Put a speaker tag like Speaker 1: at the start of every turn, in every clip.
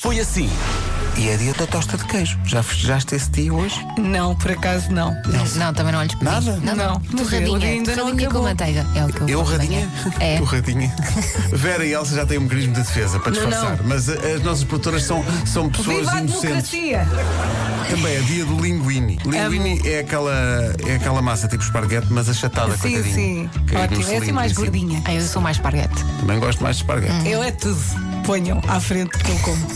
Speaker 1: Foi assim.
Speaker 2: E é dia da tosta de queijo. Já festejaste esse dia hoje?
Speaker 3: Não, por acaso não.
Speaker 4: Não, também não lhes pedi.
Speaker 2: Nada?
Speaker 3: Não.
Speaker 4: Torradinha,
Speaker 3: Mas eu ainda não
Speaker 4: torradinha com
Speaker 3: acabou.
Speaker 4: manteiga. É o que eu
Speaker 2: Eu,
Speaker 4: como de
Speaker 2: radinha?
Speaker 4: manhã. É.
Speaker 2: Tu, radinha. Vera e Elsa já têm um mecanismo de defesa para disfarçar, mas a- as nossas produtoras são, são pessoas
Speaker 3: Viva a
Speaker 2: inocentes.
Speaker 3: democracia!
Speaker 2: Também é dia do linguine. Linguine é, aquela, é aquela massa tipo esparguete, mas achatada,
Speaker 3: Sim,
Speaker 2: coitadinha.
Speaker 3: sim.
Speaker 2: Que é
Speaker 3: Ótimo.
Speaker 2: nos
Speaker 3: É assim
Speaker 2: cilindros,
Speaker 3: mais
Speaker 2: assim.
Speaker 3: gordinha.
Speaker 4: Ah, eu sou mais esparguete.
Speaker 2: Também gosto mais de esparguete.
Speaker 3: Eu é tudo. Ponham à frente porque eu como.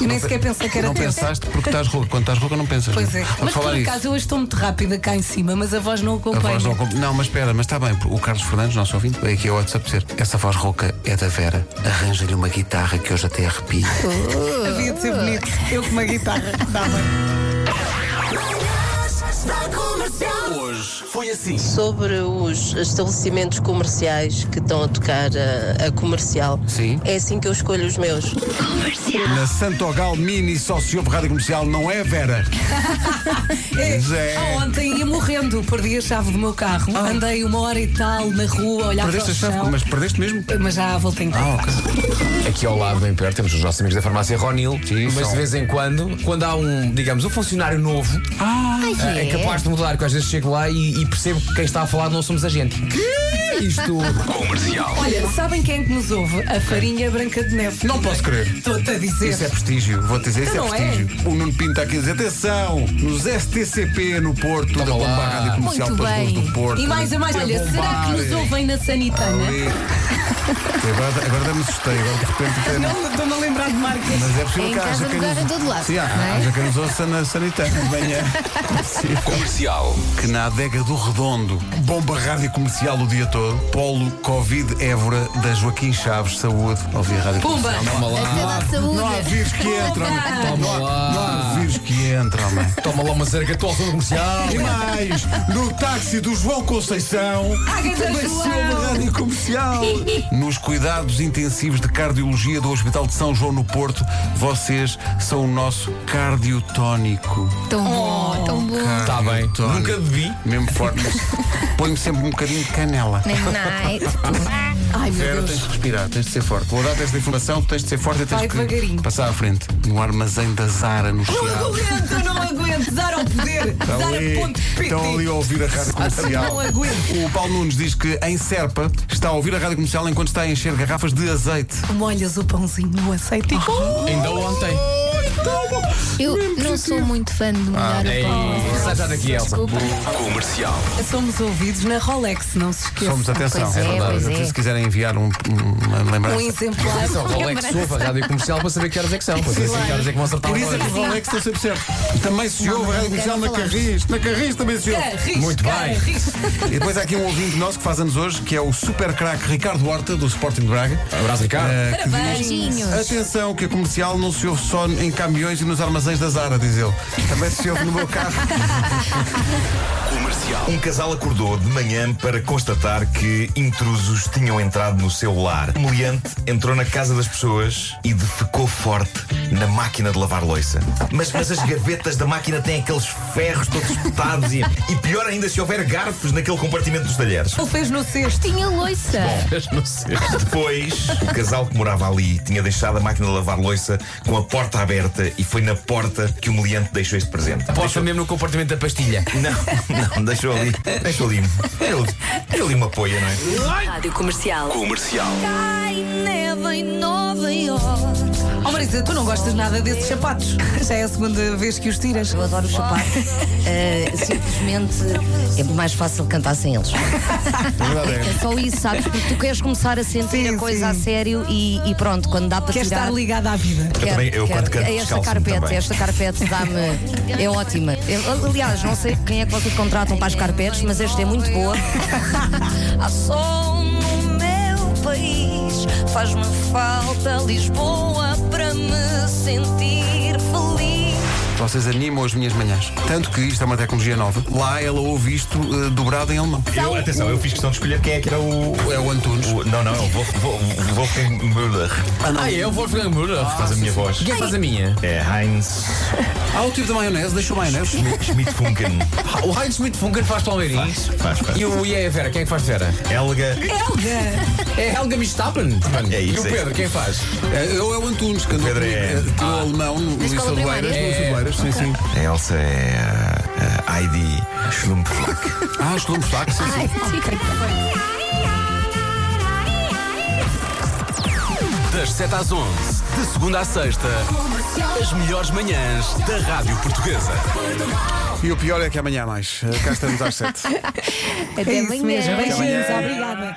Speaker 3: Eu nem sequer pensei que era
Speaker 2: Não
Speaker 3: teu.
Speaker 2: pensaste porque estás rouca. Quando estás rouca, não pensas.
Speaker 3: Pois
Speaker 2: não
Speaker 3: é.
Speaker 2: Vamos
Speaker 3: Mas por
Speaker 2: falar isso.
Speaker 3: acaso eu hoje estou muito rápida cá em cima, mas a voz não
Speaker 2: A
Speaker 3: acompanha.
Speaker 2: voz não, acompanha- não, mas espera, mas está bem. O Carlos Fernandes, nosso ouvinte, é veio aqui ao WhatsApp dizer: Essa voz rouca é da Vera. Arranja-lhe uma guitarra que hoje até arrepia.
Speaker 3: Havia de ser bonito. Eu com uma guitarra. Dá bem.
Speaker 5: Manhãs da Comercial.
Speaker 1: Hoje foi assim.
Speaker 6: Sobre os estabelecimentos comerciais que estão a tocar a, a comercial.
Speaker 2: Sim.
Speaker 6: É assim que eu escolho os meus.
Speaker 2: Na Santogal Mini só se ouve rádio comercial, não é, Vera?
Speaker 3: Tá
Speaker 2: Pois é.
Speaker 3: Ah, ontem ia morrendo, perdi a chave do meu carro. Andei uma hora e tal na rua, a olhar
Speaker 2: Ah. Perdeste a
Speaker 3: para o
Speaker 2: chave,
Speaker 3: chão.
Speaker 2: mas perdeste mesmo?
Speaker 3: Mas já voltei em casa.
Speaker 2: Ah, ok.
Speaker 7: Aqui ao lado, bem perto, temos os nossos amigos da farmácia Ronil.
Speaker 2: Sim,
Speaker 7: mas
Speaker 2: são.
Speaker 7: de vez em quando, quando há um, digamos, um funcionário novo,
Speaker 2: Ah,
Speaker 4: Ai,
Speaker 7: é capaz de mudar, que às vezes chego lá e, e percebo que quem está a falar não somos a gente. Que isto?
Speaker 3: Olha, sabem quem é que nos ouve? A farinha branca de neve.
Speaker 2: Não posso crer.
Speaker 3: Estou-te a dizer.
Speaker 2: Isso é prestígio, vou-te dizer, isso
Speaker 3: Então
Speaker 2: é
Speaker 3: não é.
Speaker 2: prestígio. O Nuno Pinto está aqui a dizer: atenção, nos STCP no Porto, da
Speaker 7: lá.
Speaker 2: bomba à rádio comercial
Speaker 4: Muito
Speaker 2: pelas
Speaker 4: bem.
Speaker 2: ruas do Porto. né?
Speaker 3: E mais a mais,
Speaker 2: Foi
Speaker 3: olha, será que
Speaker 2: bombar.
Speaker 3: nos ouvem na Sanitana?
Speaker 2: Ali. Agora, agora até me assustei, agora de repente. até-
Speaker 3: Não, estou-me a lembrar de marcas.
Speaker 2: Mas é possível
Speaker 4: Em
Speaker 2: que
Speaker 4: casa,
Speaker 2: haja quem
Speaker 4: lugar
Speaker 2: nos...
Speaker 4: em todo lado,
Speaker 2: Sim, há,
Speaker 4: não é?
Speaker 2: haja quem nos ouça na sanitária de manhã. É
Speaker 1: Comercial.
Speaker 2: que na adega do Redondo, bomba rádio comercial o dia todo, polo Covid Évora da Joaquim Chaves, saúde, ouvir a rádio
Speaker 3: Pumba!
Speaker 2: comercial.
Speaker 7: Toma lá,
Speaker 4: Até lá, saúde.
Speaker 2: Ah, Não há vírus que entram,
Speaker 7: toma
Speaker 2: não há
Speaker 7: lá.
Speaker 2: vírus que entram, mano.
Speaker 7: Toma lá uma zergatosa comercial.
Speaker 2: E mais, no táxi do João Conceição,
Speaker 3: Ágata
Speaker 2: também se
Speaker 3: João!
Speaker 2: ouve rádio comercial. Nos cuidados intensivos de cardiologia do Hospital de São João no Porto, vocês são o nosso cardiotónico.
Speaker 4: Tão bom,
Speaker 3: Oh.
Speaker 4: tão bom.
Speaker 2: Ah,
Speaker 7: Tá bem.
Speaker 2: Cardiotônico.
Speaker 7: Nunca bebi.
Speaker 2: Mesmo forte, mas ponho sempre um bocadinho de canela.
Speaker 4: Nem night.
Speaker 3: Ai meu
Speaker 2: Vera,
Speaker 3: Deus.
Speaker 2: tens de respirar, tens de ser forte. Vou dar-te esta informação, tens de ser forte e tens
Speaker 3: Vai
Speaker 2: de
Speaker 3: devagarinho.
Speaker 2: passar à frente. No armazém da Zara, no
Speaker 3: Não
Speaker 2: Chiado.
Speaker 3: aguento, não aguento. Dar ao poder. Dar a ponto
Speaker 2: Estão ali a ouvir a rádio comercial.
Speaker 3: Não aguento.
Speaker 2: O Paulo Nunes diz que em Serpa está a ouvir a rádio comercial enquanto está a encher garrafas de azeite.
Speaker 3: Molhas o pãozinho no azeite e
Speaker 7: Ainda ontem.
Speaker 4: Eu não sou muito fã de
Speaker 2: Ah,
Speaker 4: molhar o
Speaker 7: Ei,
Speaker 4: pão.
Speaker 7: É sai já daqui, Elsa.
Speaker 4: Desculpa.
Speaker 1: Comercial.
Speaker 3: Somos ouvidos na Rolex, não se esqueça.
Speaker 2: Somos atenção.
Speaker 4: pois é, pois é.
Speaker 2: Se quiserem enviar um, uma lembrança.
Speaker 3: Um exemplar.
Speaker 7: Só Rolex ouve a rádio comercial para saber que horas é que são. Para saber que horas é que vão acertar
Speaker 2: Por
Speaker 7: a
Speaker 2: isso é que os
Speaker 7: hora.
Speaker 2: Rolex estão sempre certos. Também se ouve a rádio comercial na Carris. Na Carris também se ouve.
Speaker 3: Carris,
Speaker 7: Muito bem.
Speaker 3: carris.
Speaker 2: E depois há aqui um ouvinte nosso que faz anos hoje, que é o super craque Ricardo Horta, do Sporting de Braga.
Speaker 7: Abraço, Ricardo.
Speaker 2: eh, que diz-
Speaker 4: Beijinhos.
Speaker 2: Atenção que a comercial não se ouve só em caminhões e nos armazéns da Zara, diz ele. Também se ouve no meu carro.
Speaker 1: Comercial.
Speaker 8: Um casal acordou de manhã para constatar que intrusos tinham entrado no seu lar. O meliante entrou na casa das pessoas e defecou forte na máquina de lavar loiça. Mas, mas as gavetas da máquina têm aqueles ferros todos espetados e, e pior ainda se houver garfos naquele compartimento dos talheres.
Speaker 3: Ele fez no cesto.
Speaker 4: Tinha loiça.
Speaker 7: Não sei.
Speaker 8: Depois, o casal que morava ali tinha deixado a máquina de lavar loiça com a porta aberta e foi na porta que o meliante deixou este presente.
Speaker 7: Posso mesmo no compartimento da pastilha.
Speaker 8: Não, não, deixou ali. Deixou ali. Ele, ele me apoia, não é?
Speaker 5: Rádio Comercial.
Speaker 1: Comercial.
Speaker 5: Cai neve em Nova York.
Speaker 3: Oh Marisa, tu não gostas nada desses sapatos. Já é a segunda vez que os tiras.
Speaker 9: Eu adoro os sapatos. Uh, simplesmente é mais fácil cantar sem eles. É só isso, sabes? Porque tu queres começar a sentir
Speaker 3: Sim,
Speaker 9: a coisa a
Speaker 3: sim.
Speaker 9: sério e, e pronto, quando dá para
Speaker 3: Queres
Speaker 9: tirar.
Speaker 3: estar ligada à vida.
Speaker 8: Eu também, eu quando canto
Speaker 9: é esta
Speaker 8: descalço-me
Speaker 9: carpete,
Speaker 8: também.
Speaker 9: esta carpete dá-me. É ótima. Eu- aliás, não sei quem é que vocês contratam para as carpetes, mas esta é muito boa.
Speaker 5: Há sol no meu país. Faz-me falta Lisboa para me sentir feliz.
Speaker 2: Vocês animam as minhas manhãs. Tanto que isto é uma tecnologia nova. Lá ela ouve isto eh, dobrado em alemão.
Speaker 8: Eu, atenção, eu fiz questão de escolher quem é que era o.
Speaker 2: É o Antunes.
Speaker 8: o- não, não, é o Wolf- Wolf- Wolfgang Müller.
Speaker 7: Ah, eu vou fazer
Speaker 8: Faz a minha voz.
Speaker 7: Quem faz a minha?
Speaker 8: É Heinz
Speaker 2: Ah, o tipo da maionese, deixa o maionese.
Speaker 8: Schmidt- Schmidtfunken.
Speaker 7: O Heinz Schmidt-Funker faz Palmeirinhos.
Speaker 8: Faz, faz.
Speaker 7: E o e é a Vera, quem é que faz Vera?
Speaker 8: Helga.
Speaker 7: É Helga Mistappen.
Speaker 8: É
Speaker 7: E
Speaker 8: isso, é
Speaker 7: o Pedro,
Speaker 8: isso.
Speaker 7: quem faz?
Speaker 2: É, eu é o Antunes, que andou
Speaker 8: Pedro
Speaker 2: comigo,
Speaker 8: é-
Speaker 2: eh, tirou alemão no no Liceu
Speaker 4: escola
Speaker 2: de
Speaker 4: primária.
Speaker 2: Oeiras. no Liceu de
Speaker 7: É.
Speaker 2: Oeiras, sim, sim.
Speaker 8: A Elsa é. a- a Heidi Schlumpflack.
Speaker 2: Ah, estou-me fraco, sim, sim.
Speaker 1: Das 7 às 11, de segunda à sexta, as melhores manhãs da Rádio Portuguesa.
Speaker 2: E o pior é que amanhã há mais. Eh, Cá estamos às sete.
Speaker 4: Até
Speaker 3: É isso
Speaker 4: amanhã.
Speaker 3: mesmo.
Speaker 2: amanhã.
Speaker 3: Beijinhos, obrigada.